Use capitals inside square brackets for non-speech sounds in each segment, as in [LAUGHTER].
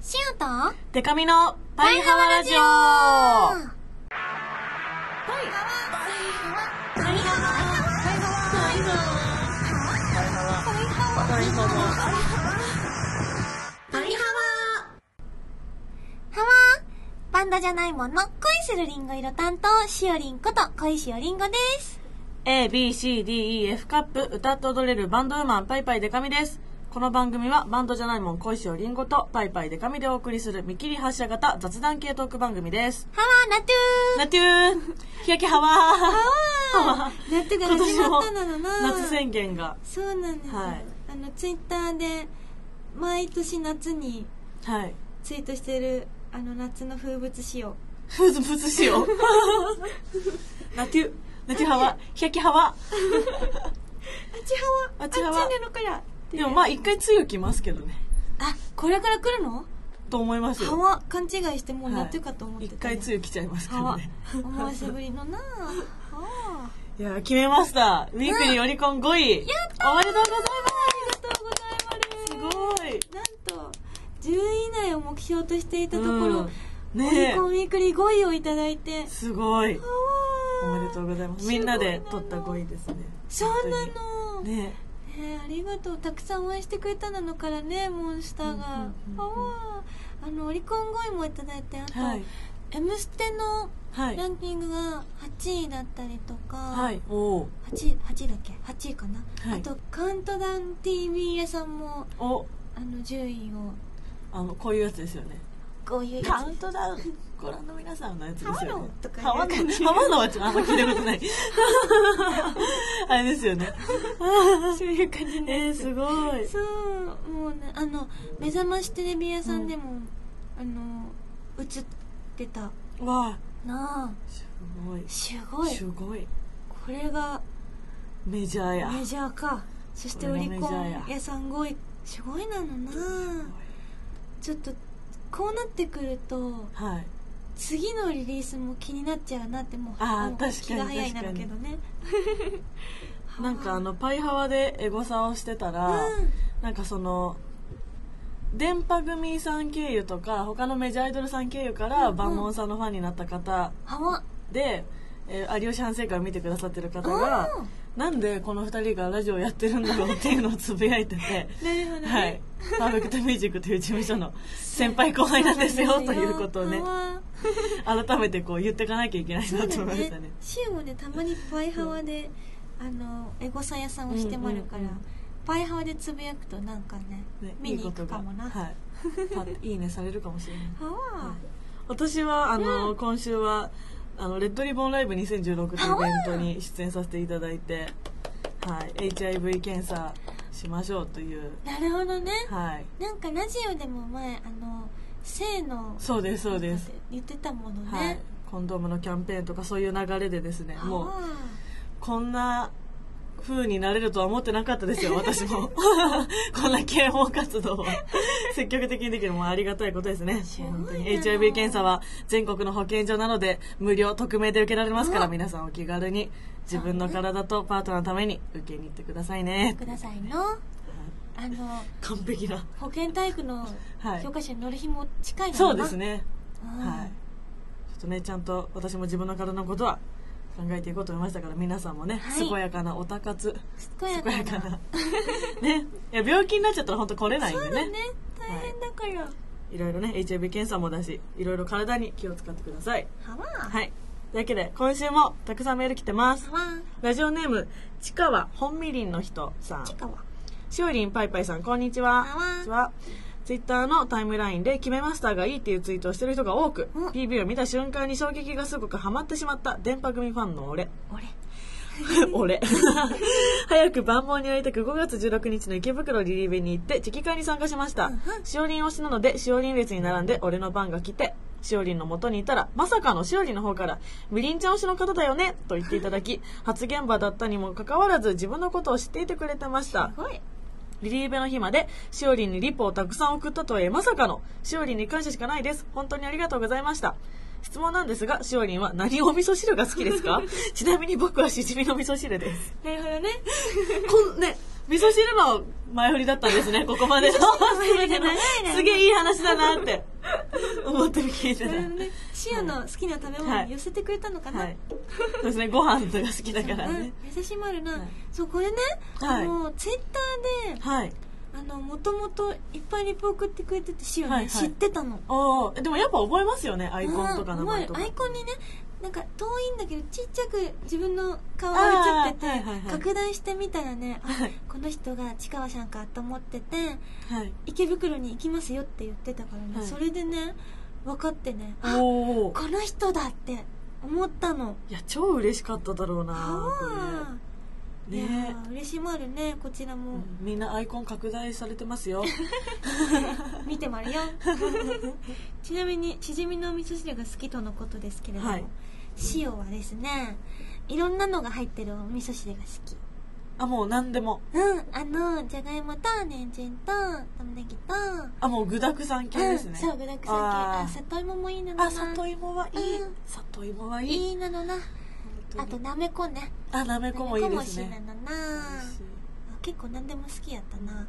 シアとデカミのパイハワラジオハワーバンドじゃないもの、恋するリンゴ色担当、しおりんこと、恋しおりんごです。 A, B, C, D, E, F カップ歌って踊れるバンドウーマンパイパイデカミです。この番組はバンドじゃないもん恋しおりんごとパイパイデカミでお送りする見切り発車型雑談系トーク番組です。ハワーナトナトゥー日焼けハワゥーハワーナトゥがー今始年まもったのだな夏宣言が。そうなんですよ、はいあのツイッターで毎年夏にはい。ツイートしてるあの夏の風物詩 [LAUGHS] をふずふずし [LAUGHS] よう。ナトゥーナトゥーハワー日焼けハワーあちはわあちはわねのからってでもまあ一回梅雨来ますけどね。あこれから来るのと思いますはよ。わ勘違いしてもうはい夏かと思って一たね、回梅雨来ちゃいますけはどわね。思わせぶりのなあはあいやー、決めました。ウィークリーオリコン5位。おめでとうございありがとうございますます。すごい。なんと10位以内を目標としていたところ、うんオリねえコンウィークリー5位をいただいてすごい。おおめでとうございます。みんなで取った5位ですね。そうなの、ねねえありがとうたくさん応援してくれたなのからねモンスターが、うんうんうんうんあああのオリコン5位もいただいてあと「はい。 M ステ」のはいラ。ンキングが8位だったりとか、はい。おー8位8位だっけ8位かな、はいあと「カウントダウン TV」屋さんもお、あの10位をあの、こういうやつですよね。こういうやつカウントダウン。ご覧の皆さんのやつですよね。ハワハノとかいうワ感じノハワノはちょっとあんま聞いたこ [LAUGHS] とない。あれですよね。そういう感じえー、すごい。そうもうねあの「目覚ましテレビ屋さん」でも、あの映ってたわあ、なあすごい。すごいすごい。これがメジャーや。メジャーかそしてオこれリがメジコャーやン屋さん5位すごいなのなちょっとこうなってくるとはい。次のリリースも気になっちゃうなってもうあーもう確かに気が早いなるけどねなんかあのパイハワでエゴサをしてたら、なんかその電波組さん経由とか他のメジャーアイドルさん経由から万ンさんのファンになった方ハワで、えー有吉反省会を見てくださってる方がなんでこの2人がラジオやってるんだろうっていうのをつぶや [LAUGHS] いててなるほどねはいパーフェクトミュージックという事務所の先輩後輩なんですよということをねハワ改めてこう言っていかなきゃいけないそなうだと思いましたねね。柊もねたまにパイハワであのエゴサ屋さんをしてまるから、うんうんうんパイハワでつぶやくとなんかねね見に行くかもな、いいことがはいパッていいねされるかもしれ [LAUGHS] ないハワ私はあの、今週はあのレッドリボンライブ2016というイベントに出演させていただいて、はい、HIV 検査しましょうという、なるほどね、はい、なんかラジオでも前あの性のそうですそうです、言ってたものね、はい、コンドームのキャンペーンとかそういう流れでですねハもうワこんな風になれるとは思ってなかったですよ私も [LAUGHS] こんな啓蒙活動を積極的にできるのもありがたいことですねごいな本当に HIV 検査は全国の保健所なので無料匿名で受けられますから皆さんお気軽に自分の体とパートナーのために受けに行ってくださいねくださいのあの完璧な保健体育のはい教科書に載る日も近いのかなそうです、ねうんはいちょっとねちゃんと私も自分の体のことは考えていこうと思いましたから皆さんもね、はい健やかなおたかつ健や健かやなかなねいや病気になっちゃったら本当来れないんそでうだねね大変だから、いろいろね HIV 検査もだしいろいろ体に気を使ってくださいハワーはいというわけで今週もたくさんメール来てますハワーラジオネームちかわ本みりんの人さんチカはしおりんぱいぱいさんこんにちはこんばんはこんにちはツイッターのタイムラインで決めマスターがいいっていうツイートをしてる人が多く、うん PV を見た瞬間に衝撃がすごくハマってしまった電波組ファンの俺俺 [LAUGHS] 俺早く万能にやりたく5月16日の池袋リリーベに行ってチェキ会に参加しました、うんうんしおりん推しなのでしおりん列に並んで俺の番が来てしおりんの元にいたらまさかのしおりんの方から「みりんちゃん推しの方だよね」と言っていただ [LAUGHS] き発言場だったにもかかわらず自分のことを知っていてくれてましたすごいリリーベの日までしおりんにリポをたくさん送ったとはいえまさかのしおりんに感謝しかないです本当にありがとうございました質問なんですがしおりんは何お味噌 [LAUGHS] 汁が好きですかちなみに僕はしじみの味噌汁ですなるほどねこんね味噌汁の前振りだったんです [LAUGHS] ねここまでの [LAUGHS] 前振りが長いねすげえいい話だなって思ってる聞いてそた、れねシアの好きな食べ物はいに寄せてくれたのかな、はいそうですねご飯とか好きだからうねん、優しいもあるな、はいそうこれね、はいあのツイッターではいあのもともといっぱいリプ送ってくれててシオね、はいはい知ってたのおーでもやっぱ覚えますよねアイコンとか名前とかうん覚えるアイコンにねなんか遠いんだけどちっちゃく自分の顔が映ってて、あーはいはいはい拡大してみたらね、あはいこの人が近川さんかと思っててはい池袋に行きますよって言ってたからね、はいそれでね分かってねあおおこの人だって思ったのいや超嬉しかっただろうなあこーいれやねー嬉しいもあるねこちらも、うんみんなアイコン拡大されてます [LAUGHS] よ見てもらうよ [LAUGHS] ちなみにしじみのお味噌汁が好きとのことですけれども、はい塩はですねいろんなのが入ってるお味噌汁が好きあもう何でもうんあのじゃがいもと人参と玉ねぎとあもう具沢山系ですうん、ね、そう具だくさん系ああー里芋もいいなのなあ里芋はいい、うん里芋はいいいいなのなあ本当とになめこねあなめこもいいですなめねこも美味しいなのな結構何でも好きやったな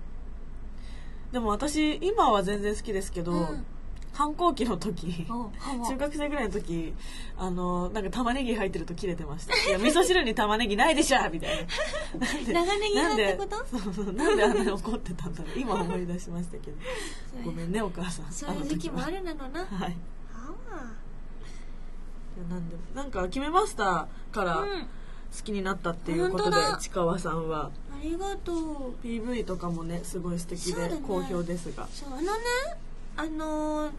でも私今は全然好きですけど、うん反抗期の時おほぼ中学生ぐらいの時あのなんか玉ねぎ入ってると切れてました「いや味噌汁に玉ねぎないでしょ!」みたいななんで長ネギ派ってことなんでそうそうなんであんなに怒ってたんだろう今思い出しましたけどごめんねお母さんそういう時期もあるるなのなあはいあいやなんでなんか決めましたからう好んきになったっていうことで本当だちかわさんはありがとう PV とかもねすごい素敵そうだでね好評ですが、そうあのねあのー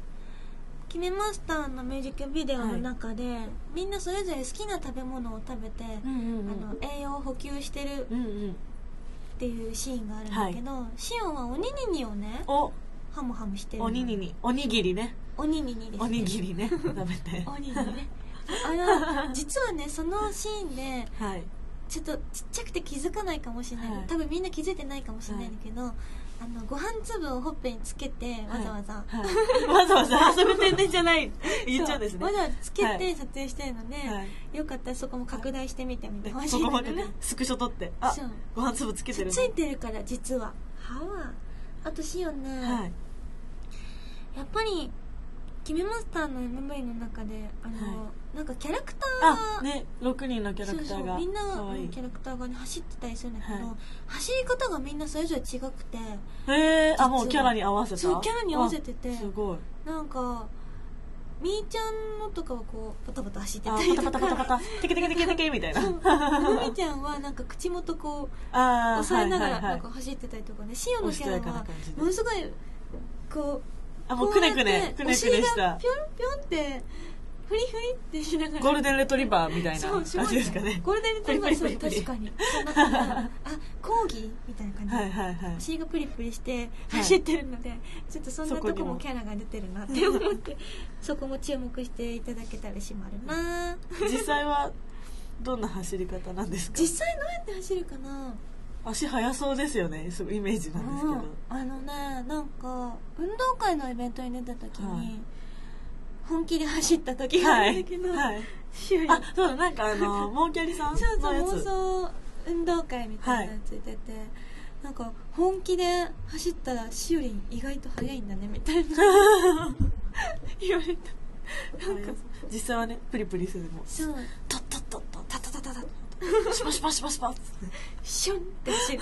決めましたのミュージックビデオの中で、みんなそれぞれ好きな食べ物を食べて、んうんあの栄養を補給してるうんうんっていうシーンがあるんだけど、シオンはおにぎりをねおハムハムしてるのおにぎりおにぎりねおにぎりですおにぎりね食べ [LAUGHS] ておにぎり [LAUGHS] ねあの実はねそのシーンではいちょっとちっちゃくて気づかないかもしれない、はい多分みんな気づいてないかもしれないんだけど、あのご飯粒をほっぺにつけてわざわざ、はいはいわざわざ遊ぶ点々じゃない言っちゃうんですねそうわざわざつけはてい撮影してるので、はよかったらそこも拡大してみてみたでいこなこまでねスクショ撮ってあそうご飯粒つけつてるついてるから実は歯はあとシオンね、はいやっぱり「キメマスター」の MV の中であの、はなんかキャラクターあが、ね6人のキャラクタそうーそうがみんなかわいのいキャラクターが、ね、走ってたりするんだけど、はい走り方がみんなそれぞれ違くてへえ実はあもうキャラに合わせたそうキャラに合わせててあすごいなんかみーちゃんのとかはこうパタパタ走ってあたりパとタかパタパタパタ [LAUGHS] テケテケテケテケみたいなのみちゃんはなんか口元こう [LAUGHS] ああ押さえながらはいはないんはかい走ってたりとかねシオのキャラおしとやかはな感じでものすごいこあうもうこくやねっくてねくねくおね尻しがたピョンピョンってフリフリってしながらゴールデンレトリバーみたいなそう感すごいじですかねゴールデンレトリバーそプうリプリプ確リかにそんな感じだあコーギーみたいな感じ、はいはいはいお尻がプリプリして走ってるので、ちょっとそんなそこにともこもキャラが出てるなって思ってそこも注目していただけたらしまるな実際はどんな走り方なんですか実際どうやって走るかな足速そうですよねそうイメージなんですけど、うんあのねなんか運動会のイベントに出た時に、はい本気で走った時があはるんだいけど、はいしおりあそうだなんかあ [LAUGHS] のモーキャリさんちょっとのや妄つ [LAUGHS] 想運動会みたいなやつ出てて、なんか本気で走ったらしおりん意外と速いんだねみたいな言われたなんか実際はねプリプリせずもうそうトットットットタタタタタシュパシュパシュパシュパッシュンって走る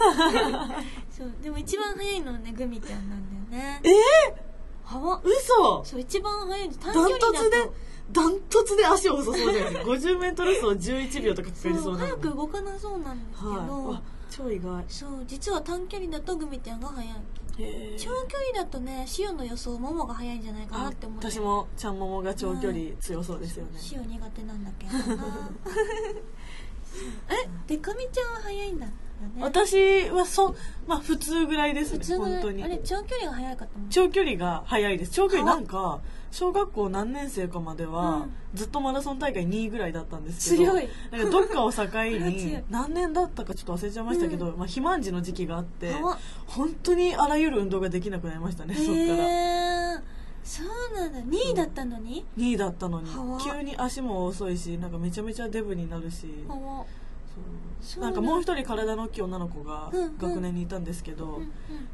そうでも一番速いのはねグミちゃんなんだよねえ速っー、嘘そう一番速いの短距ダン離だとトツでダントツで足遅そうじゃない [LAUGHS] ですか 50m 走11秒とかかかりそそううな早のく動かなそうなんですけど、はい、わ超意外そう実は短距離だとグミちゃんが速いへー長距離だとねシオの予想モモが速いんじゃないかなって思って私もちゃんももが長距離強そうですよね、塩苦手なんだけ [LAUGHS] どなえデカミちゃんは早いんだね私はそまあ普通ぐらいです普ね通の本当あれに長距離が早いかと思う長距離が早いです長距離なんか小学校何年生かまでうはんずっとマラソン大会2位ぐらいだったんですけど強いなんかどっかを [LAUGHS] 境強いに何年だったかちょっと忘れちゃいましたけど、まあ、肥満児の時期があって早っ本当にあらゆる運動ができなくなりましたねそっから。へえそうなんだ2位だったのに2位だったのにはわ急に足も遅いしなんかめちゃめちゃデブになるし早っそそううなんかもう一人体の大きい女の子がうんうん学年にいたんですけど、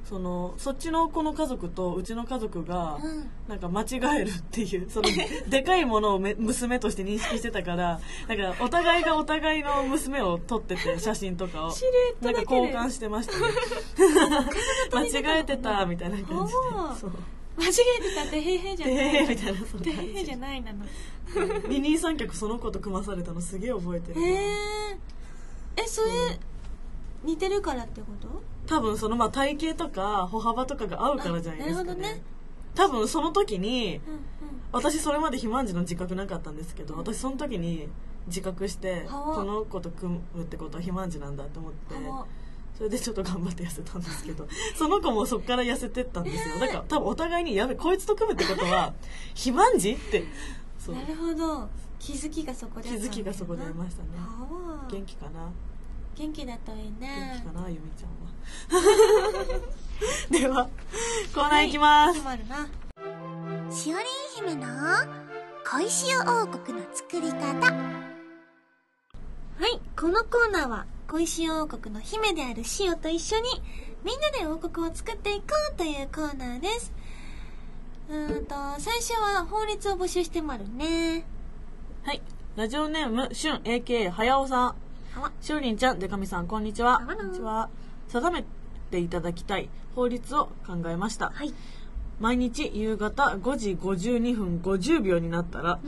そのそっちの子の家族とうちの家族がうんうんなんか間違えるっていうその [LAUGHS] でかいものをめ娘として認識してたからだからお互いがお互いの娘を撮っ [LAUGHS] てて写真とかをシルエットなだんけかで交換してましたね [LAUGHS] [LAUGHS] 間違えてたみたいな感じおーでそう間違えてたってへいへいじゃ [LAUGHS] でないへーみたいなそんなて感へいへいじじゃないなの二人三脚その子と組まされたのすげえ覚えてへるええそれ、似てるからってこと多分そのまあ体型とか歩幅とかが合うからじゃないですか、ね、あなるほどね多分その時にうんうん私それまで肥満児の自覚なかったんですけど私その時に自覚してはわこの子と組むってことは肥満児なんだと思ってあのそれでちょっと頑張って痩せたんですけど [LAUGHS] その子もそっから痩せてったんですよだから多分お互いにやべこいつと組むってことは肥満児ってそうなるほど気づきがそこで気づきがそこでありましたねああ元気かな元気だったらいい元気ねかなゆみちゃんは [LAUGHS] ではコーナーいきます、はいいつもあるなしおりん姫の小石王国の作り方はい、このコーナーは小石王国の姫であるシオと一緒にみんなで王国を作っていこうというコーナーです。うーんと、最初は法律を募集してもあるね。はい、ラジオネームしゅん AK はやおさんあわ、しおりんちゃん、でかみさん、こんにちは。あわなこんにちは。定めていただきたい法律を考えました。はい。毎日夕方5時52分50秒になったら、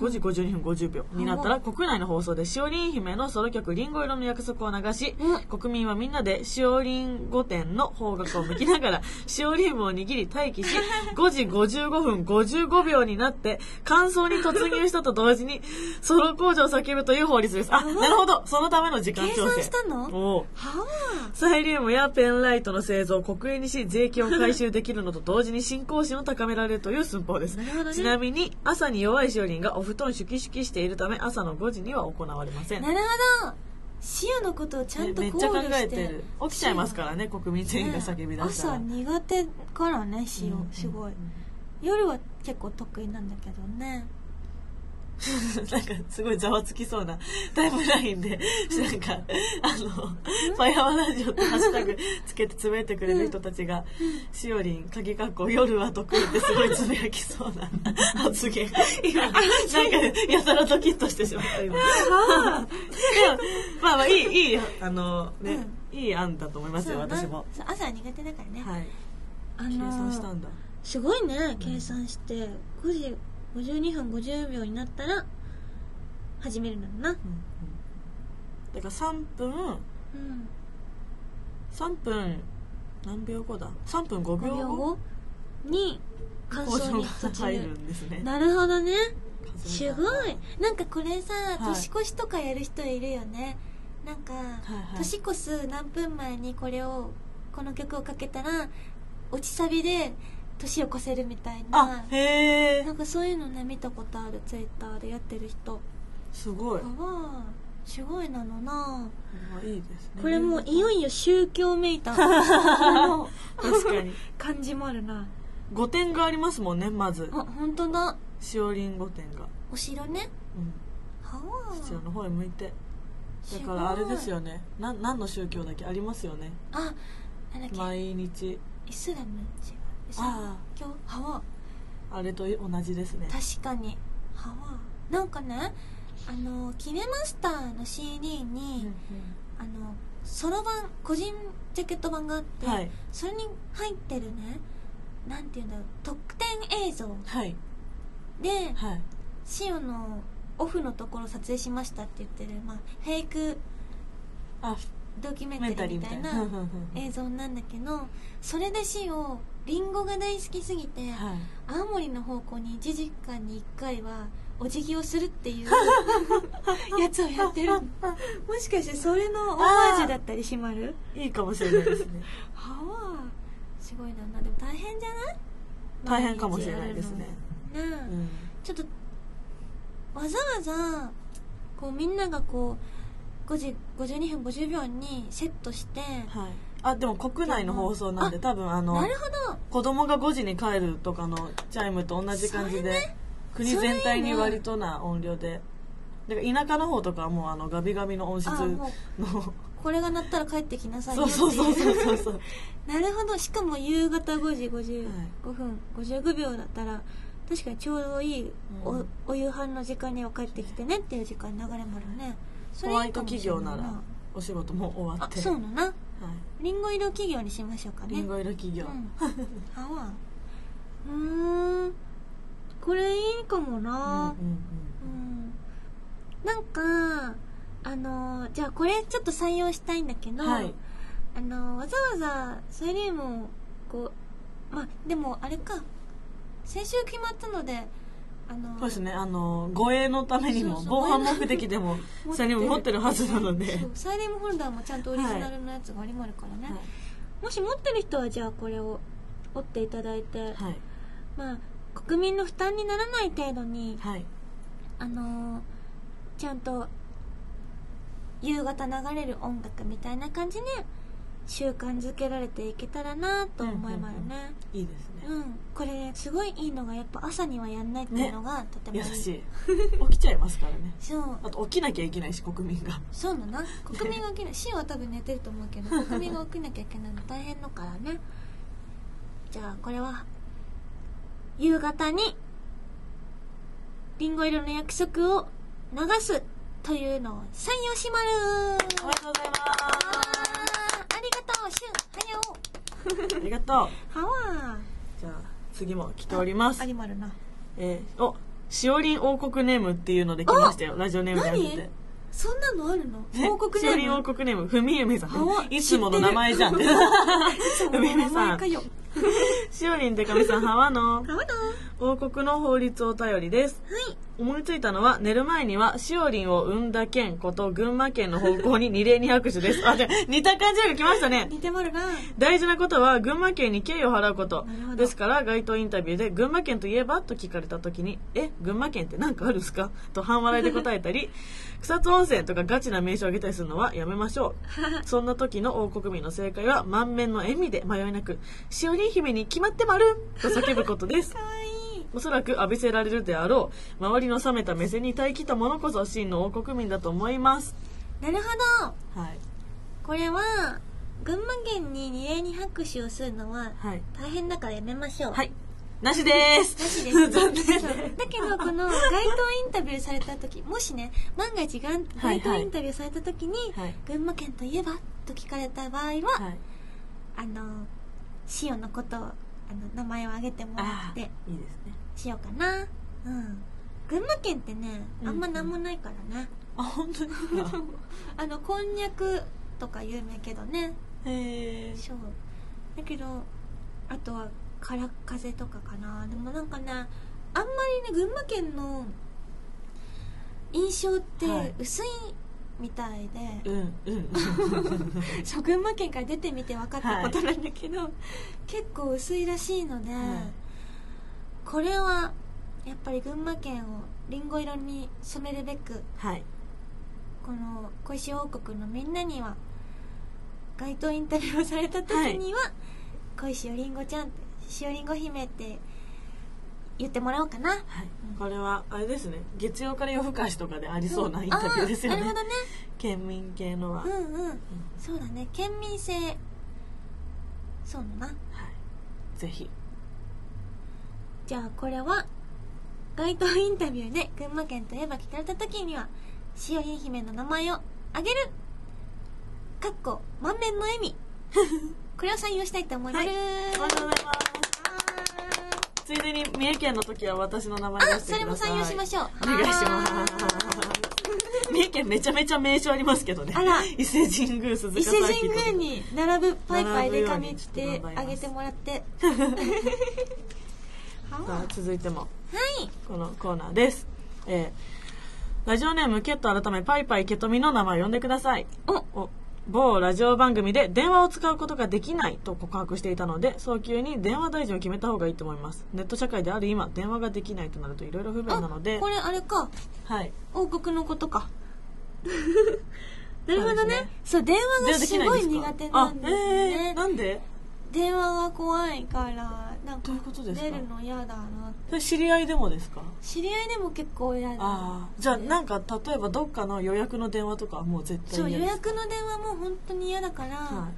5時52分50秒になったら国内の放送でしおりん姫のソロ曲「りんご色の約束」を流し国民はみんなでしおりん御殿の方角を向きながらしおりんを握り待機し5時55分55秒になって感想に突入したと同時にソロ工場を叫ぶという法律ですあなるほどそのための時間調整計算したのおうはあ。サイリウムやペンライトの製造を国営にし税金を回収できるのと同時に信仰心を高められるという寸法ですなるほどねちなみに朝に弱いしおりんがお布団シュキシュキしているため朝の5時には行われませんなるほど。シオのことをちゃんとめ考っ慮しちてゃ。考えてる起きちゃいますからね国民全員が叫び出したら、朝苦手からね、シうんオ。すごい。夜は結構得意なんだけどね。 [LAUGHS] なんかすごいざわつきそうなタイムラインでなんかあの「ファイアワラジオ」ってハッシュタグつけてつぶやいてくれる人たちが「しおりん鍵括弧夜は得意」ってすごいつぶやきそうな発言今なんかやたらドキッとしてしまった今でもまあまあいいいいあのね、いい案だと思いますよそうな私も。そう朝は苦手だからね。はいあの計ー算したんだすごいね計算して、5時52分50秒になったら始めるんだろうなだから3分うん3分何秒後だ3分5 5秒秒後後に乾工場燥がに突入る入んですねなるほどね数すえたごらいなんかこれさ、はい年越しとかやる人いるよねなんか、はい年越す何分前にこれをこの曲をかけたら落ちサビで年を越せるみたいあなへえなんかそういうのね見たことあるツイッターでやってる人すごいあわーすごいなのなれいいですねこれもういよいよ宗教めいた [LAUGHS] の確かに感じもあるな5点があります [LAUGHS] もんねまずあ本当だしおりん5点がお城ねうんはあこちらの方へ向いてだからあれですよねな何の宗教だっけありますよねあなんだっけ毎日イスラム違うイスラムあ教はわああれと同じですね確かにはわなんかねあのキメマスターの CD に、あのソロ版個人ジャケット版があって、はいそれに入ってるねなんていうんだろう特典映像はいで、はいシオのオフのところ撮影しましたって言ってる、まあ、フェイクあドキュメメンンタタリリーーみみたたいいななうんうんうんうん映像なんだけどそれでシオリンゴが大好きすぎてはい青森の方向に1時間に1回はお辞儀をするっていうやつをやってるもしかしてそれのオマージュだったりしまるいいかもしれないですねはあすごいななでも大変じゃない大変かもしれないですね、ねえうん、ちょっとわざわざこうみんながこう5時52分50秒にセットしてはいあでも国内の放送なんで多分あのなるほど子供が5時に帰るとかのチャイムと同じ感じで、それね国全体に割とな音量でだから田舎の方とかはもうあのガビガビの温室あものこれが鳴ったら帰ってきなさい [LAUGHS] そよっうていそうそうそうそうそうなるほどしかも夕方5時55分、55秒だったら確かにちょうどいいお,、うんお夕飯の時間には帰ってきてねっていう時間に流れもあるねそれホワイトいいかもしれ企業いならお仕事も終わあってそうだなはいリンゴ色企業にしましょうかねリンゴ色企業、うん、はわうーんこれいいかもなうんううんん、なんかあのじゃあこれちょっと採用したいんだけど、はいあのわざわざそれよりもこうまあでもあれか先週決まったのであのそうですねあの護衛のためにもそうそう防犯目的で持っもてるそれにも持ってるはずなので、そうサイレムホルダーもちゃんとオリジナルのやつがありまるからね、はもし持ってる人はじゃあこれを折っていただいて、いはいまあ国民の負担にならない程度にはいあのーちゃんと夕方流れる音楽みたいな感じで習慣づけられていけたらなと思いますねいいですねうんこれすごいいいのがやっぱ朝にはやんないっていうのがとてもいい、優しい起きちゃいますからねそうあと起きなきゃいけないし国民がそうだな国民が起き [LAUGHS] ないシンは多分寝てると思うけど国民が起きなきゃいけないの大変だからねじゃあこれは夕方にりんご色の約束を流すというのを採用しまるおめでとうございあーありがとうシュンはよますありがとううはわじゃあ次も来ておりますありまるなえー、おしおりん王国ネームっていうので来ましたよラジオネームで初めてそんなのあるのね報告しおでりん王国ネームふみゆめさんあいつもの名前 [LAUGHS] じゃんふみゆめさんかよしおりんでかみさんはわのかわだ王国の法律お便りですはい思いついたのは寝る前にはしおりんを産んだ県こと群馬県の方向に二礼二拍手ですあじゃあ似た感じが来ましたね似てまるな大事なことは群馬県に敬意を払うことなるほどですから街頭インタビューで「群馬県といえば?」と聞かれた時に「え群馬県って何かあるんすか?」と半笑いで答え [LAUGHS] たり草津温泉とかガチな名所を挙げたりするのはやめましょ [LAUGHS] うそんな時の王国民の正解は満面の笑みで迷いなく「しおりん姫に決まってまる!」と叫ぶことですかわいいおそらく浴びせられるであろう周りの冷めた目線に耐えきったものこそ真の王国民だと思いますなるほどはいこれは群馬県に二礼に拍手をするのははい大変だからやめましょうはいいなしでーすだしです [LAUGHS] 残念そうだけどこの街頭インタビューされた時もしね万が一がんはい街頭インタビューされた時に、はい群馬県といえばと聞かれた場合は、はいあのシオのことをあの名前を挙げてもらあっーていいですねしようかなうん群馬県ってねあんまなんもないからね、あ本当に [LAUGHS] あのこんにゃくとか有名けどねへえそうだけどあとは空っ風とかかなでもなんかねあんまりね群馬県の印象ってはい薄いみたいで、うんうん [LAUGHS] そう群馬県から出てみて分かったことなんだけど、結構薄いらしいので、はいこれはやっぱり群馬県をりんご色に染めるべくはいこの小石王国のみんなには街頭インタビューをされた時には、小石よりんごちゃんってしおりんご姫って言ってもらおうかなはいこれはあれですね月曜から夜更かしとかでありそうなインタビューですよねあーなる県民系のは、ほどはいねうんうんそうだね県民性そうだなぜひじゃあこれは街頭インタビューで群馬県といえば聞かれた時にはしおりん姫の名前をあげるかっこ満面の笑みこれを採用したいと思います、はいおめでとうございますついでに三重県の時は私の名前出あしてくそださいれも採用しましょうお願いします三重県めちゃめちゃ名所ありますけどねあら伊勢神宮鈴鹿伊勢サーキ神ッ宮トに並ぶパイパイで髪っ並ぶよてうにちょっと頑張りまあすげてもらって [LAUGHS] はさあは続いてもいこのコーナーです、えーラジオネームケット改めパイパイケトミの名前を呼んでくださいおお某ラジオ番組で電話を使うことができないと告白していたので早急に電話大臣を決めた方がいいと思いますネット社会である今電話ができないとなるといろいろ不便なのでこれあれかはい王国のこと [LAUGHS] かなるほどそうねでそうすね電話が電話ですきなごいでいす苦か手なんですあえねー、なんで電話が怖いからなんかどういうことですか出るの嫌だなってそれ知り合いでもですか知り合いでも結構嫌だああじゃあなんか例えばどっかの予約の電話とかはもう絶対そう嫌予です約の電話も本当に嫌だから、は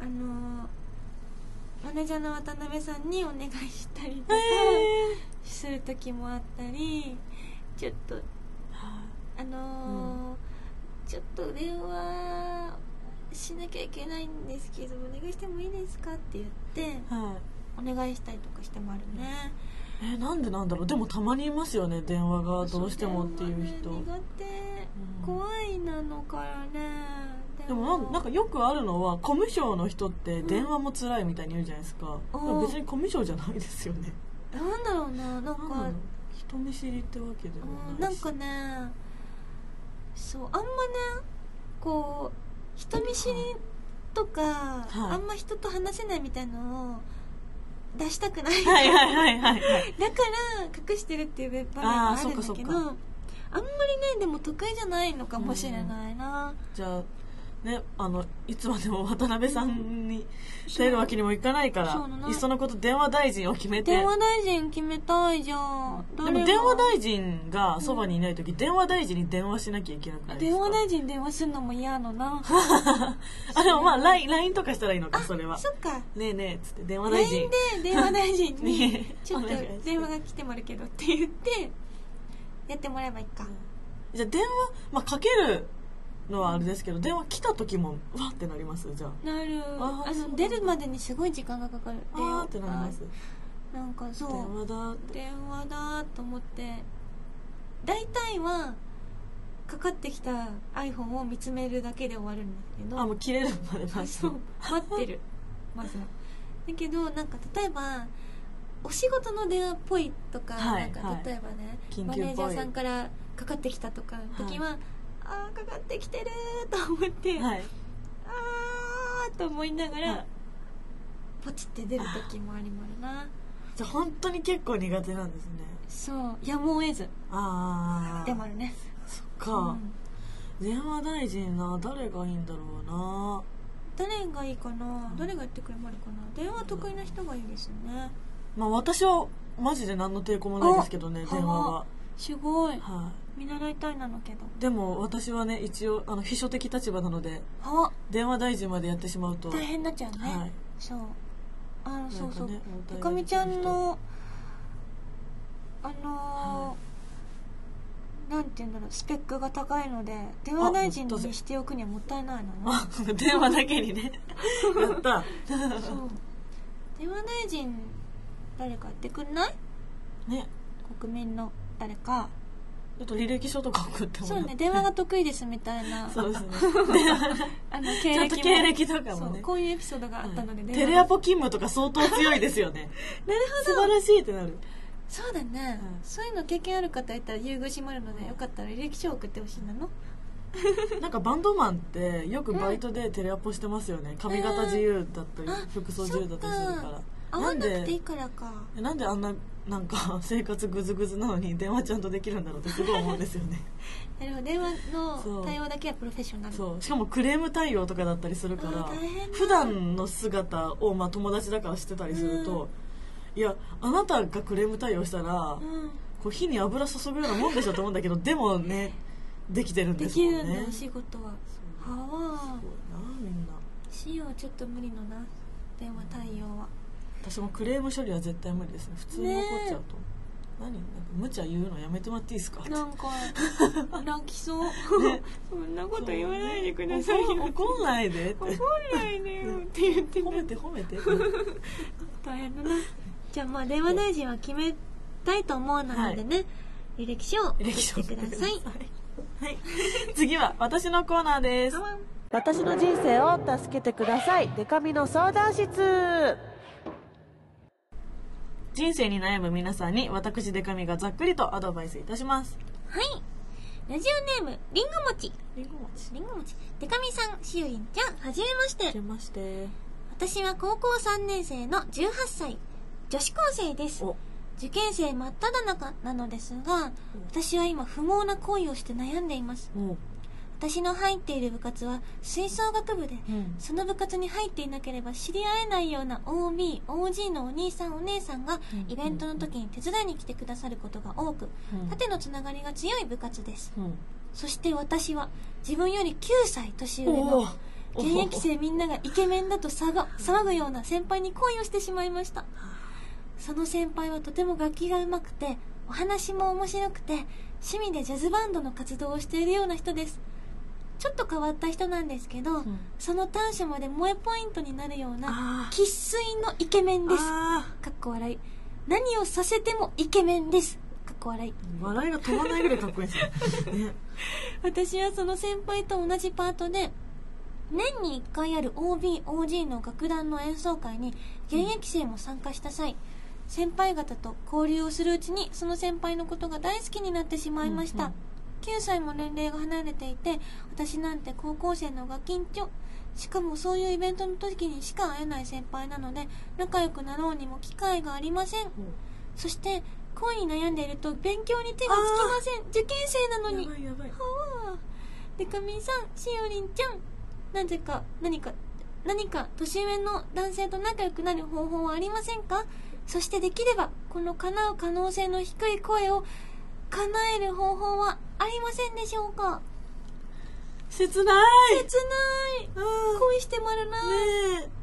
あのーマネージャーの渡辺さんにお願いしたりといかえする時もあったりちょっとーはあのーちょっと電話しなきゃいけないんですけどお願いしてもいいですかって言っていはいお願いしたりとかしてもあるねえーなんでなんだろうでもたまにいますよね電話がどうしてもっていう人そう電話ね苦うん手怖いなのからねでもなんなんかよくあるのはコミュ障の人って電話も辛いみたいに言うじゃないですか、うんでも別にコミュ障じゃないですよねなんだろうななんなんだろかう人見知りってわけでもうんなないんしかねそうあんまねこう人見知りとか、はいあんま人と話せないみたいのを出したくない、はいはいはいはいはいだから隠してるっていう場面があるんだあーそっかそけっどかあんまりねでも得意じゃないのかもしれないな、じゃあねあのいつまでも渡辺さんに頼るわけにもいかないかそうならのいっそのこと電話大臣を決めて電話大臣決めたいじゃんでも電話臣大臣がそばにいない時、電話大臣に電話しなきゃいけなくないです電か話大臣に電話するのも嫌のなあでもまあ LINE LINE とかしたらいいのか [LAUGHS] それはそっかねえねえっつって電話大 LINE 臣で電話大臣にね「ちょっとお願いして電話が来てもらうけど」って言ってやってもらえばいいかじゃあ電話、まあ、かけるのはあれですけど電話来た時もわってなりますじゃあなるああそうなのんだ出るまでにすごい時間がかかるあーってなりますあなんか電そ話だってう電話だと思って大体はかかってきた iPhone を見つめるだけで終わるんだけどあもう切れるまであ待つそう待ってる [LAUGHS] まずはだけどなんか例えばお仕事の電話っぽいとか,、はいなんはかい例えばね、緊急マっぽいネージャーさんからかかってきたとかの時は、あーかかってきてるーと思って、はいあーと思いながら、はいポチって出る時もありもあるなじゃあ本当に結構苦手なんですねそうやむを得ずああでもあるねそっか、うん電話大臣な誰がいいんだろうな誰がいいかな誰がやってくれもあるかな電話得意な人がいいですよねまあ私はマジで何の抵抗もないですけどねあ電話ははすごいは見習いたいなのけどいでも私はね一応あの秘書的立場なのであ電話大臣までやってしまうと大変になっちゃうね、はいそうあそうそうなんかね高見ちゃんのあのーなんて言うんだろうスペックが高いので電話大臣あどうぞにしておくにはもったいないのねあ電話だけにねやったそう電話大臣誰かやってくんないね国民の誰かちょっと履歴書とか送ってもらそっうてね電話が得意ですみたいな [LAUGHS] そうですねあのち経歴ゃんもと経歴とかそもうねこういうエピソードがあったので、うん電話テレアポ勤務とか相当強いですよねなる素ほど晴らしいってなるそうだね、うんそういうの経験ある方いたら優遇しまるのでよかったら履歴書送ってほしいなのなんかバンドマンってよくバイトでテレアポしてますよね髪型自由だったりあ服装自由だったりするか合らわなんなくていいでからかなんであんななんか [LAUGHS] 生活グズグズなのに電話ちゃんとできるんだろうってすごい思うんですよ [LAUGHS] ねなるほど電話そのう対応だけはプロフェッショナルそうしかもクレーム対応とかだったりするかあらー大変だ普段の姿をまあ友達だからしてたりすると、いやあなたがクレーム対応したら、うんこう火に油注ぐようなもんでしょと思うんだけどでもねできてるんでですきもんるんだねお仕事ははあすごいなみんなしようちょっと無理のな電話対応は私もクレーム処理は絶対無理ですね普通に怒っちゃうと、何なんか無茶言うのやめてもらっていいですかなんか泣きそう [LAUGHS] そんなこと言わないでください怒よ怒んないでって [LAUGHS] 怒んないでよって言って褒めて褒めては大変だなじゃあまあ電話大臣は決めたいと思うのでね、履歴書を送っい歴史をてくださいい次は私のコーナーです私の人生を助けてくださいデカミの相談室人生に悩む皆さんに私デカミがざっくりとアドバイスいたしますはいラジオネームりんご餅りんご餅りんご餅でかみさんしおりんちゃんはじめまして出まして私は高校3年生の18歳女子高生ですお受験生真っ只中なのですが私は今不毛な恋をして悩んでいますもう私の入っている部活は吹奏楽部で、うんその部活に入っていなければ知り合えないような OB、OG のお兄さんお姉さんがうんイベントの時に手伝いに来てくださることが多くうん、縦のつながりが強い部活です。うんそして私は自分より9歳年上おのー現役生みんながイケメンだと騒が騒ぐような先輩に恋をしてしまいましたその先輩はとても楽器が上手くてお話も面白くて趣味でジャズバンドの活動をしているような人ですちょっと変わった人なんですけど、んその短所まで萌えポイントになるようなあー生粋のイケメンですあかっこ笑い何をさせてもイケメンですかっこ笑いー笑いが止まらないぐらいかっこいいです [LAUGHS] ねね私はその先輩と同じパートで年に1回ある OBOG の楽団の演奏会に現役生も参加した際先輩方と交流をするうちにその先輩のことが大好きになってしまいました、うん9歳も年齢が離れていて私なんて高校生のが緊張しかもそういうイベントの時にしか会えない先輩なので仲良くなろうにも機会がありませんそして恋に悩んでいると勉強に手がつきません受験生なのにやばいやばいはあでかみんさんしおりんちゃんなぜか何か何か年上の男性と仲良くなる方法はありませんかそしてできればこの叶う可能性の低い声を叶える方法はありませんでしょうか切ない切ないうん恋してまるな、ねえ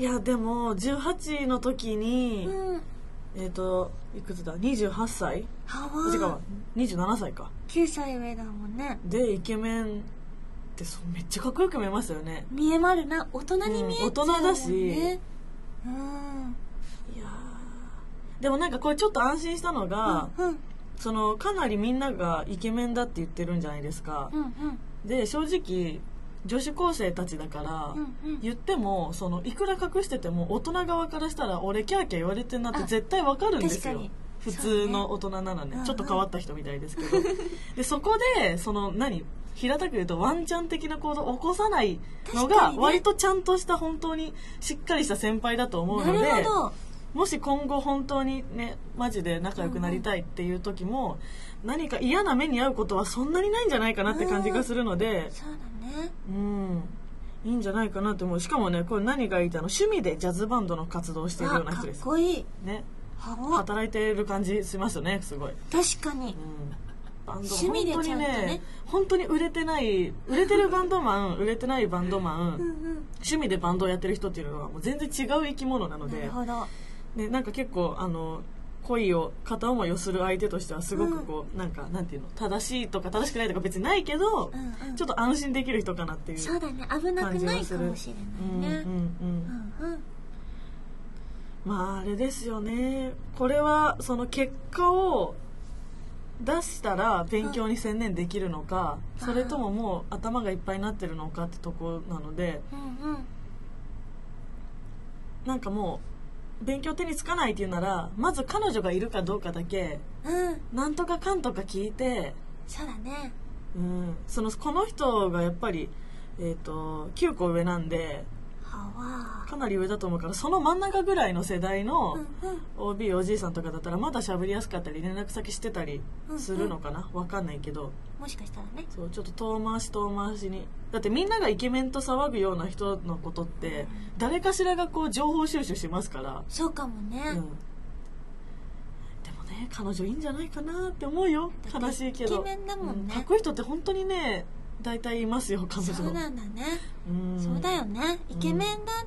いやでも18の時に、うんえっ、といくつだ28歳は違うわわ27歳か9歳上だもんねでイケメンってそうめっちゃかっこよく見えますよね見えまるな大人に見えちゃうもん、ねうん大人だしうんいやーでもなんかこれちょっと安心したのが、うんうんそのかなりみんながイケメンだって言ってるんじゃないですかう、んうんで正直女子高生たちだから、うんうん言ってもそのいくら隠してても大人側からしたら俺キャーキャー言われてんなって絶対わかるんですあ確よかに普通の大人ならねちょっと変わった人みたいですけど [LAUGHS] でそこでその何平たく言うとワンちゃん的な行動を起こさないの確かがにね割とちゃんとした本当にしっかりした先輩だと思うのでなるほどもし今後本当にねマジで仲良くなりたいっていう時も何か嫌な目に遭うことはそんなにないんじゃないかなって感じがするのでそうだねうんいいんじゃないかなって思うしかもねこれ何がいいってあの趣味でジャズバンドの活動をしているような人であかすっこいいねはわ働いている感じしますよねすごい、うん、確かにバンド趣味でちゃんとね本当に本当に売れてない売れてるバンドマン [LAUGHS] 売れてないバンドマン、趣味でバンドをやってる人っていうのはもう全然違う生き物なのなでるほどね、なんか結構あの恋を片思いをする相手としてはすごくこう、なんかなんていうの正しいとか正しくないとか別にないけど、うんうんちょっと安心できる人かなっていうそうだね危なく感じながいすかるもしれないねうんうんうんうんうんまああれですよねこれはその結果を出したら勉強に専念できるのか、それとももう頭がいっぱいになってるのかってとこなのでうんうんなんかもう勉強手につかないっていうならまず彼女がいるかどうかだけうんなんとかかんとか聞いてそうだねうん、そのこの人がやっぱり、えー、と9個上なんではわかなり上だと思うからその真ん中ぐらいの世代のうんうん OB おじいさんとかだったらまだ喋りやすかったり連絡先してたりするのかなわかんないけどもしかしたらねそうちょっと遠回し遠回しにだってみんながイケメンと騒ぐような人のことって誰かしらがこう情報収集しますかそうかもら、うん、ねでもね彼女いいんじゃないかなって思うよだって悲しいけどイケメンだもんねうかっこいい人って本当にね大体いますよ彼女そうなんだねうんそうだよねイケメンだ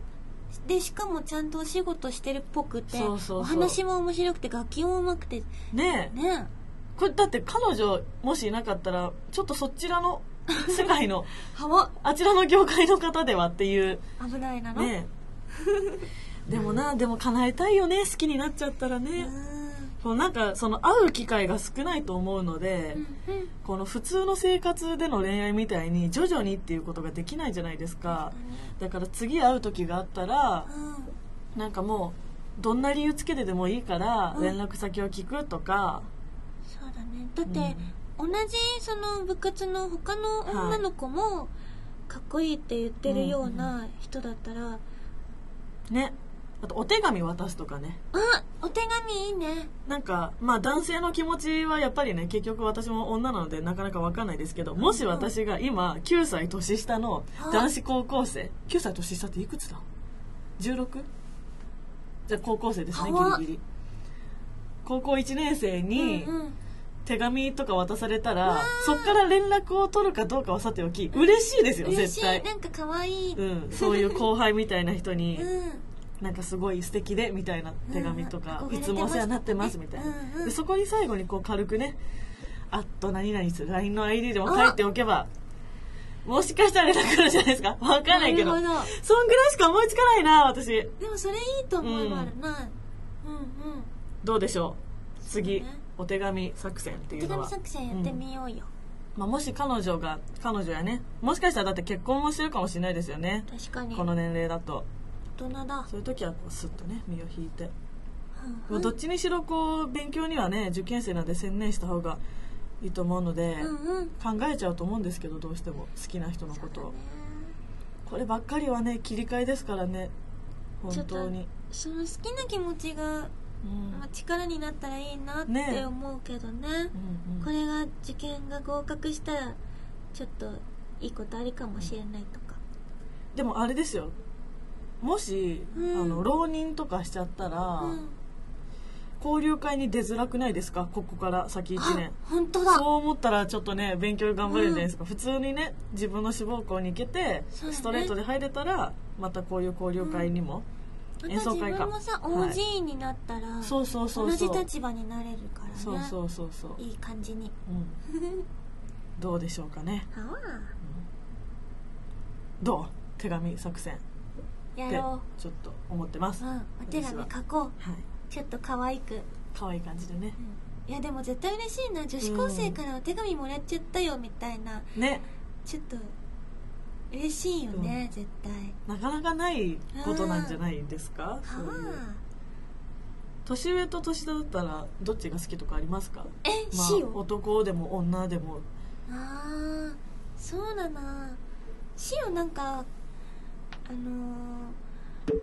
でしかもちゃんとお仕事してるっぽくてそうそうそうお話も面白くて楽器も上手くてねえねこれだって彼女もしいなかったらちょっとそちらの世界のはわあちらの業界の方ではっていう危ないなの [LAUGHS] ねえでもなでも叶えたいよね好きになっちゃったらうね、んこうなんかその会う機会が少ないと思うので、うんうんこの普通の生活での恋愛みたいに徐々にっていうことができないじゃないですかだから次会う時があったらうんなんかもうどんな理由つけてでもいいからうん連絡先を聞くとか、そうだねだって、同じその部活の他の女の子もかっこいいって言ってるような人だったら、ねあとお手紙渡すとかねあお手紙いいねなんかまあ男性の気持ちはやっぱりね結局私も女なのでなかなかわかんないですけどもし私が今9歳年下の男子高校生9歳年下っていくつだ ?16? じゃあ高校生ですねギ早っリギリ高校1年生にうんうん手紙とか渡されたらそっから連絡を取るかどうかはさておき嬉しいですよ嬉し絶い対なんか可愛いうんうんそういう後輩みたいな人にうんなんかすごい素敵でみたいな手紙とか、うん憧れていつもお世話になってますみたいな、うんうんでそこに最後にこう軽くね「あっと何々する LINE の ID でも書いておけばもしかしたら連絡来るじゃないですか分かんないけどなるほそんぐらいしか思いつかないな私どでもそれいいと思えばあるなうんうんどうでしょう次そうねお手紙作戦っておい手うの紙は、作戦やってみようよまあ、もし彼女が彼女やねもしかしたらだって結婚もしてるかもしれないですよね確かにこ大の年齢だと人だそういう時はこうスッとね身を引いてうんまあどっちにしろこう勉強にはね受験生なんで専念した方がいいと思うので、うんうん考えちゃうと思うんですけどどうしても好きな人のことを、こればっかりはね切り替えですからねちょ本っと当に、その好きな気持ちが、うんまあ、力になったらいいなっねて思うけどねうんうんこれが受験が合格したらちょっといいことありかもしれないとかでもあれですよもし、うんあの浪人とかしちゃったら、うん交流会に出づらくないですかここから先1あ年本当そうだ思ったらちょっとね勉強頑張れるじゃないですか、普通にね自分の志望校に行けて、そうだねストレートで入れたらまたこういう交流会にも、また演奏自会か分もさはい OG になったら、そうそうそう同そうじ立場になれるからねそうそうそうそう、いい感 [LAUGHS] じにうん、どうでしょうかねあどう手紙作戦っあやてろちょっと思ってますう、うはん、お手紙書こういちょっと可愛く可愛い感じでねいやでも絶対嬉しいな女子高生からお手紙もらっちゃったよみたいな、ねちょっと嬉しいよね、絶対なかなかないことなんじゃないですかはそういうあ年上と年下だったらどっちが好きとかありますかえ、まあしお男でも女でもああそうだなしおなんかあのー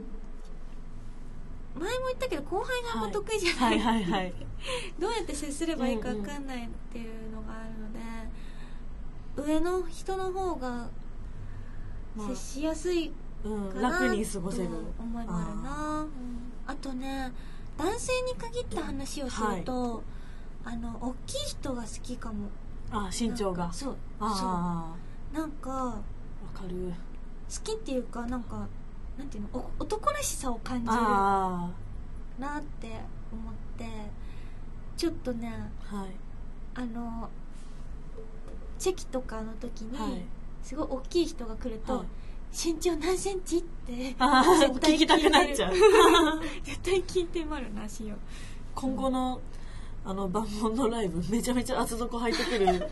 前も言ったけど後輩があんま得意じゃな、はいいはいはい [LAUGHS] どうやって接すればいいか分かんないっていうのがあるので、上の人の方がま接しやすいあ [LAUGHS] うんかな楽に過ごせると思いもあるなあとね男性に限った話をすると、あの大きい人が好きかもあー身長なんがかそうそあうなんかあわかる好きっていうかなんかなんていうのお男らしさを感じるあなって思ってちょっとねあはいあのチェキとかの時に、はいすごい大きい人が来ると、はい身長何センチって絶あー聞きたくなっちゃう [LAUGHS] 絶対聞いてまるなしよ今後のあの万ンのライブめちゃめちゃ厚底履いてく [LAUGHS] る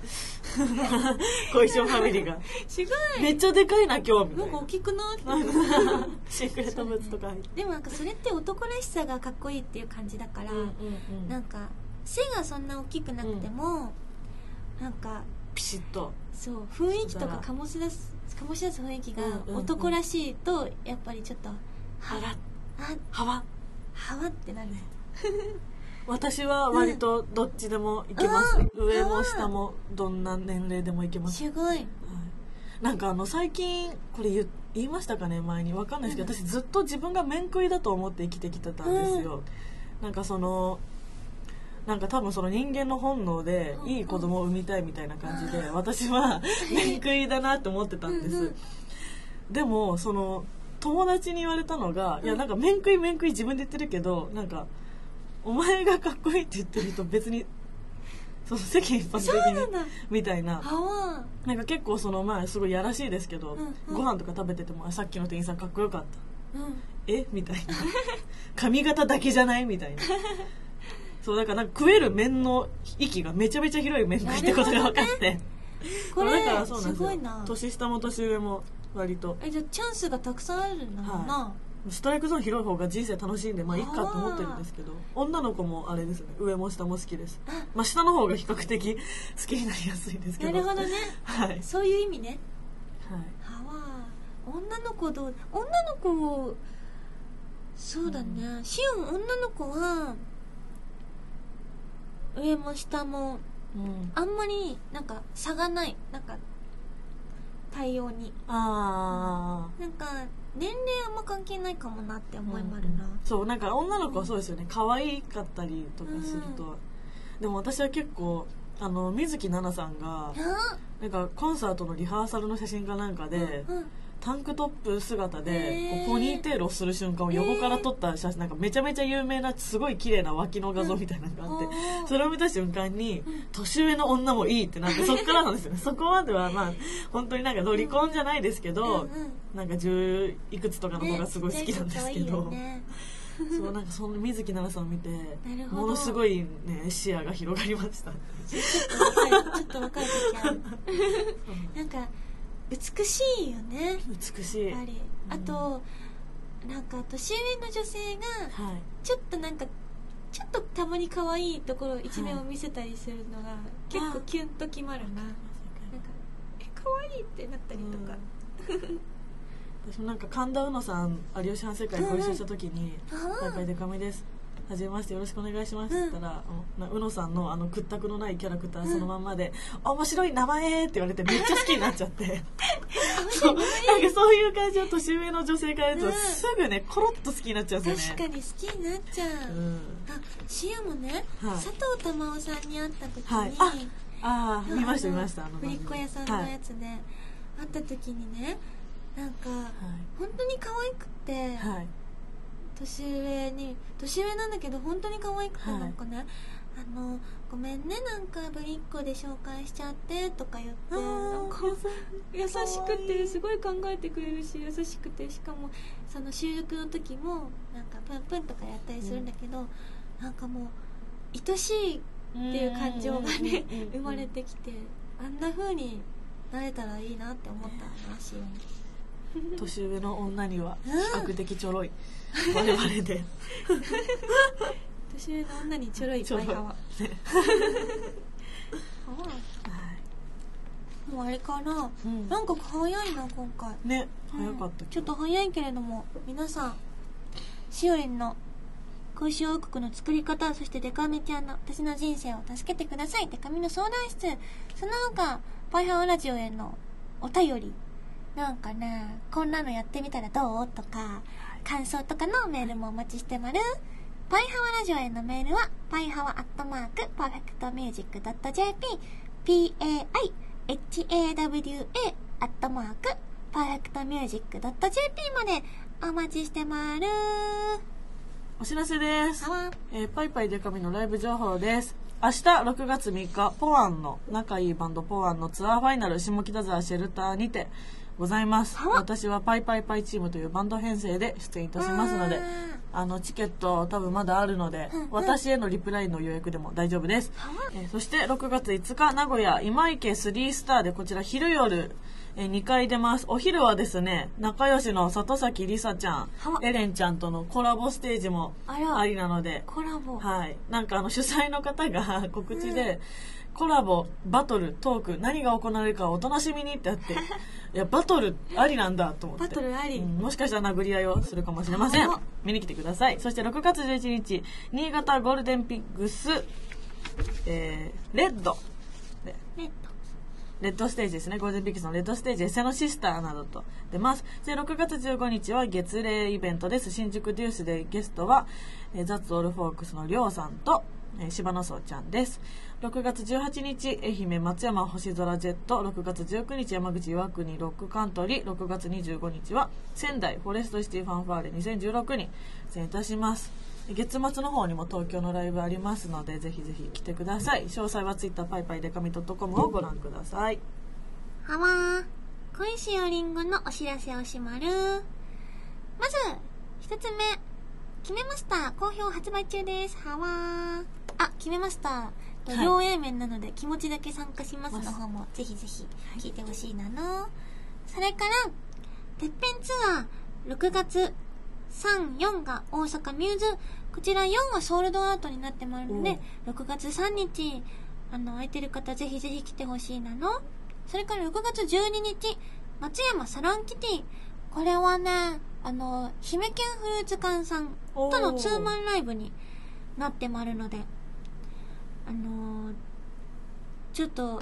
小石尾ファミリーが違うめっちゃでかいな今日みなんたいかな大きく [LAUGHS] ないなんかシークレットブーツとか履いてでもなんかそれって男らしさがかっこいいっていう感じだから、なんか背がそんな大きくなくても、なんかピシッとそう雰囲気とか醸し出す醸し出す雰囲気がうんうんうん男らしいとやっぱりちょっとは腹あ幅はわってなる私は割とどっちでもいけます、うん上も下もどんな年齢でもいけます、すごいはい、なんかあの最近これ言言いましたかね前にわかんないですけど私ずっと自分が面食いだと思って生きてきてたんですよ、なんかそのなんか多分その人間の本能でうんいい子供を産みたいみたいな感じで私は [LAUGHS] 面食いだなって思ってたんでうんうすんでもその友達に言われたのが「いやなんか面食い面食い自分で言ってるけどなんかお前がかっこいいって言ってると別にその世間一般的そうなにんだみたいなはわなんか結構そのまあすごいやらしいですけど、うんうんご飯とか食べててもあさっきの店員さんかっこよかったうんえみたいな [LAUGHS] 髪型だけじゃないみた [LAUGHS] いなそうだからなんか食える面の域がめちゃめちゃ広い面食いってことが分か [LAUGHS] って、こだかれらそうなんすですよごいな年下も年上も割とえじゃあチャンスがたくさんあるんだもんな、はストライクゾーン広い方が人生楽しいんでまあいいかと思ってるんですけど女の子もあれですね上も下も好きですまあ下の方が比較的好きになりやすいですけどなるほどねはい、はい、そういう意味ねはわ女の子どう女の子そうだねシオン女の子は上も下もうん、あんまりなんか差がないなんか対応にあなんか年齢あんま関係ないかもなってあ思いもあるな、そうなんか女の子はそうですよね可愛かったりとかすると、でも私は結構あの水木奈々さんがなんかコンサートのリハーサルの写真かなんかで、うんうんタンクトップ姿でへーこうポニーテールをする瞬間を横から撮った写真なんかめちゃめちゃ有名なすごい綺麗な脇の画像みたいなのがあってうんおーそれを見た瞬間に年上の女もいいってなってそっからなんですよねそこまではまあ本当になんかロリコンじゃないですけうんどうんなんか10いくつとかのね子がすごい好きなんですけちっちゃい子可愛いよどね [LAUGHS] そうなんかその水木奈々さんを見てるほどものすごいね視野が広がりま [LAUGHS] したちょっと若い時 [LAUGHS] [LAUGHS] あるなんか美しいよね美しいやっぱりあとなんか年上の女性がはいちょっとなんかちょっとたまに可愛いところ一面を見せたりするのが結構キュンと決まるななんかえ可愛いってなったりとか、私もなんか神田うのさん有吉反省会ご一緒した時に「あ大会でかみです」「はじめましてよろしくお願いします」って言ったらあのなうのさんのあの屈託のないキャラクターそのまんまで「面白い名前!」って言われてめっちゃ好きになっちゃって [LAUGHS] そうなんかそういう感じの年上の女性からやるうとんすぐねコロッと好きになっちゃうんですよ確かねに好きになっちゃう、うんあシアもね、はい佐藤珠緒さんに会った時に、はいあああ見ました見ましたあのぶりっ子屋さんのやつつで、会った時にねなんか、は本当に可愛くて、いはい年上に年上なんだけど本当に可愛くてはいなんかね、あのごめんねなんかぶりっ子で紹介しちゃってとか言ってあーなんか優しくてすごい考えてくれるし優しくてしかもその収録の時もなんかプンプンとかやったりするんだけど、なんかもう愛しいっていう感情がねうんうんうんうん生まれてきてあんな風になれたらいいなって思った話年上の女には比うん較的ちょろい我々 [LAUGHS] で年上の女に [LAUGHS] ちょろいちょろ会い話は。もうあれかな、うんなんか早いな今回ね早かったちょっと早いけれども皆さんしおりんの空襲王国の作り方そしてデカミちゃんの私の人生を助けてくださいデカミの相談室その他パイハオラジオへのお便りなんかねこんなのやってみたらどうとか感想とかのメールもお待ちしてまるパイハワラジオへのメールは、パイハワアットマーク、パーフェクトミュージックドット JP、p-a-i-h-a-w-a アットマーク、パーフェクトミュージックドット JP までお待ちしてまーるお知らせですあ。わえーパイパイデカミのライブ情報です。明日6月3日、ポワンの、仲いいバンドポワンのツアーファイナル、下北沢シェルターにてございます。私はパイパイパイチームというバンド編成で出演いたしますのでわ、あの、チケット多分まだあるので、私へのリプライの予約でも大丈夫です。えーそして6月5日、名古屋今池3スターでこちら昼夜、え2回出ます。お昼はですね、仲良しの里崎りさちゃんは、エレンちゃんとのコラボステージもあらありなので、コラボ。はい、なんかあの主催の方が告知で、コラボバトルトーク何が行われるかお楽しみにってあっ [LAUGHS] ていやバトルありなんだと思ってバトルありうんもしかしたら殴り合いをするかもしれませんあ見に来てくださいそして6月11日新潟ゴールデンピッグス、えーレッドでえっとレッドステージですねゴールデンピックスのレッドステージエセのシスターなどと出ますで6月15日は月例イベントです新宿デュースでゲストはえーザッツオールフォークスのりょうさんとえー柴野荘ちゃんです6月18日愛媛松山星空ジェット6月19日山口岩国ロックカントリー6月25日は仙台フォレストシティファンファーレ2016に出演いたします月末の方にも東京のライブありますのでぜひぜひ来てください詳細は Twitter パイパイデカミ .com をご覧くださいはわー。恋しおりんごのお知らせをしまる。まず、一つ目。決めました。好評発売中です。はわー。あ、決めました。はい両 A 面なので気持ちだけ参加しますまのす方もぜひぜひ聞いてほしいなの。それから、てっぺんツアー、6月3、4が大阪ミューズ。こちら4はソールドアウトになってまるので、6月3日、あの、空いてる方ぜひぜひ来てほしいなの。それから6月12日、松山サロンキティ。これはね、あの姫犬フルーツ館さんとのツーマンライブになってもあるのであのーちょっと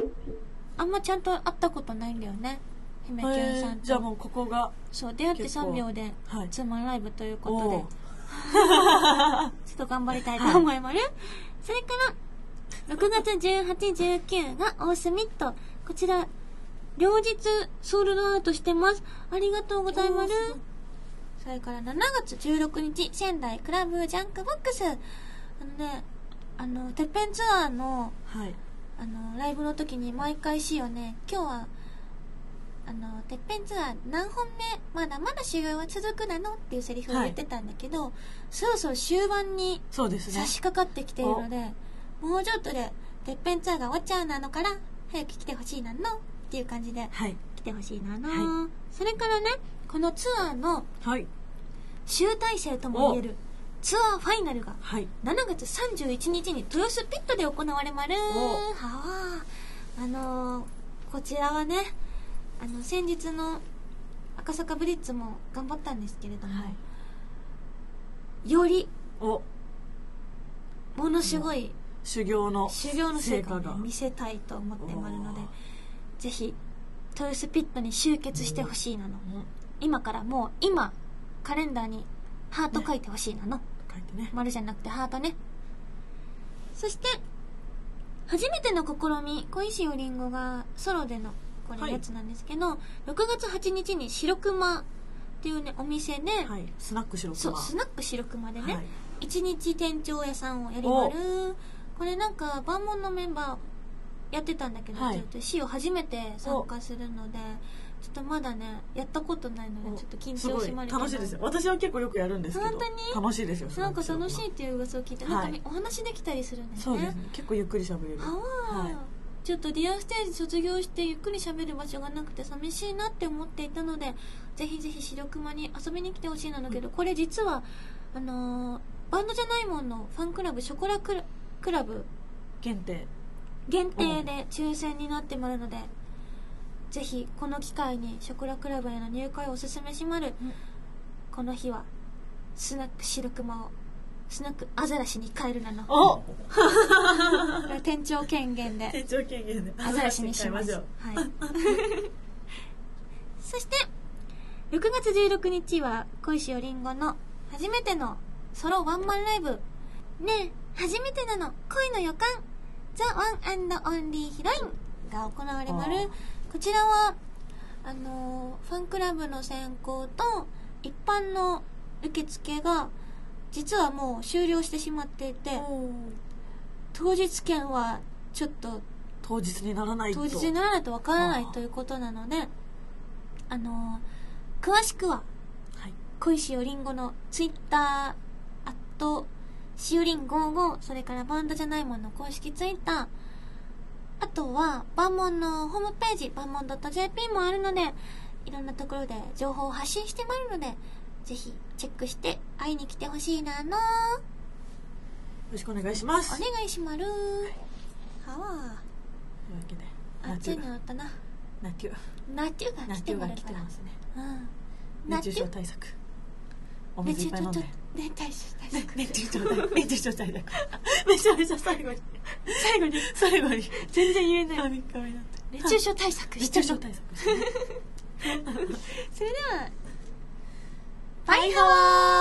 あんまちゃんと会ったことないんだよね姫犬さんえーとじゃあもうここがそう出会って結構3秒ではいツーマンライブというこおとでーちょっと頑張りたいと思います。それから、6月18、19が大隅と、こちら、両日ソールドアウトしてます。ありがとう [LAUGHS] ございます。それから7月16日、仙台クラブジャンクボックス。あのね、あの、てっぺんツアーの、はいあの、ライブの時に毎回しよね、今日は、あの、てっぺんツアー何本目、まだまだ修行は続くなのっていうセリフを言ってたんだけど、そろそろ終盤にそうですね差し掛かってきているので、もうちょっとで、てっぺんツアーが終わっちゃうなのから、早く来てほしいなのっていう感じではい来てほしいなの、はそれからね、このツアーのはい集大成とも言えるツアーファイナルがはい7月31日に豊洲ピットで行われまるはああのーこちらはねあの先日の赤坂ブリッツも頑張ったんですけれども、はいよりおものすごい修行の修行の成果を成ね果が見せたいと思ってまるのでおーぜひ豊洲ピットに集結してほしいなのうん今からもう今カレンダーにハート書いてほしいなの、書いてね丸じゃなくてハートねそして初めての試み小石よりんごがソロでのこはれいやつなんですけど、6月8日に白熊っていうねお店で、はいスナックしろそうスナック白熊でね、はい一日店長屋さんをやりまるこれなんか万門のメンバーやってたんだけど、はいちょっと C を初めて参加するのでちょっとまだねやったことないのおでちょっと緊す張ごしいまる楽しいですよ私は結構よくやるんですけど本当に楽しいですよなんか楽しいいっていう噂を聞いて、はいなんかねお話できたりするんですそうねですね結構ゆっくり喋れるあわはいちょっとリアステージ卒業してゆっくり喋る場所がなくて寂しいなって思っていたのでぜひぜひ白熊に遊びに来てほしいなのけど、これ実はあのーバンドじゃないもんのファンクラブショコラクラクラブ限定限定で抽選になってもらうのでぜひこの機会にショコラクラブへの入会をおすすめしまる、うんこの日はスナック白熊をスナックアザラシに変えるなのお店長権限で店長権限でアザラシにします。変はえい。 [LAUGHS] そして、6月16日は、小石よりんごの初めてのソロワンマンライブ。ねえ、初めてなの恋の予感。ザ・ワンオンリーヒロインが行われまある。こちらは、あのーファンクラブの選考と、一般の受付が、実はもう終了してしまっていて、当日券はちょっと当日にならないと当日にならないとわからないということなのであのー詳しくははい小石よりんごのツイッターアットしおりん55それからバンドじゃないもの公式ツイッターあとはバンモンのホームページバンモン .jp もあるのでいろんなところで情報を発信してまいるのでぜひチェックして会いに来てほしいなのよろしくお願いしますおという願いしまるはわわけであっち夏にがなったな夏がナチュが来て夏もがらう来かてらますねうんナ熱チ中症ュ対策お熱水いっ中ぱい飲症とんで熱対症対策熱中症対熱中症対策めちゃめちゃ最後に最後に最後に全然言えない神々だった熱中症対策熱中症対策 [LAUGHS] それではバイハワー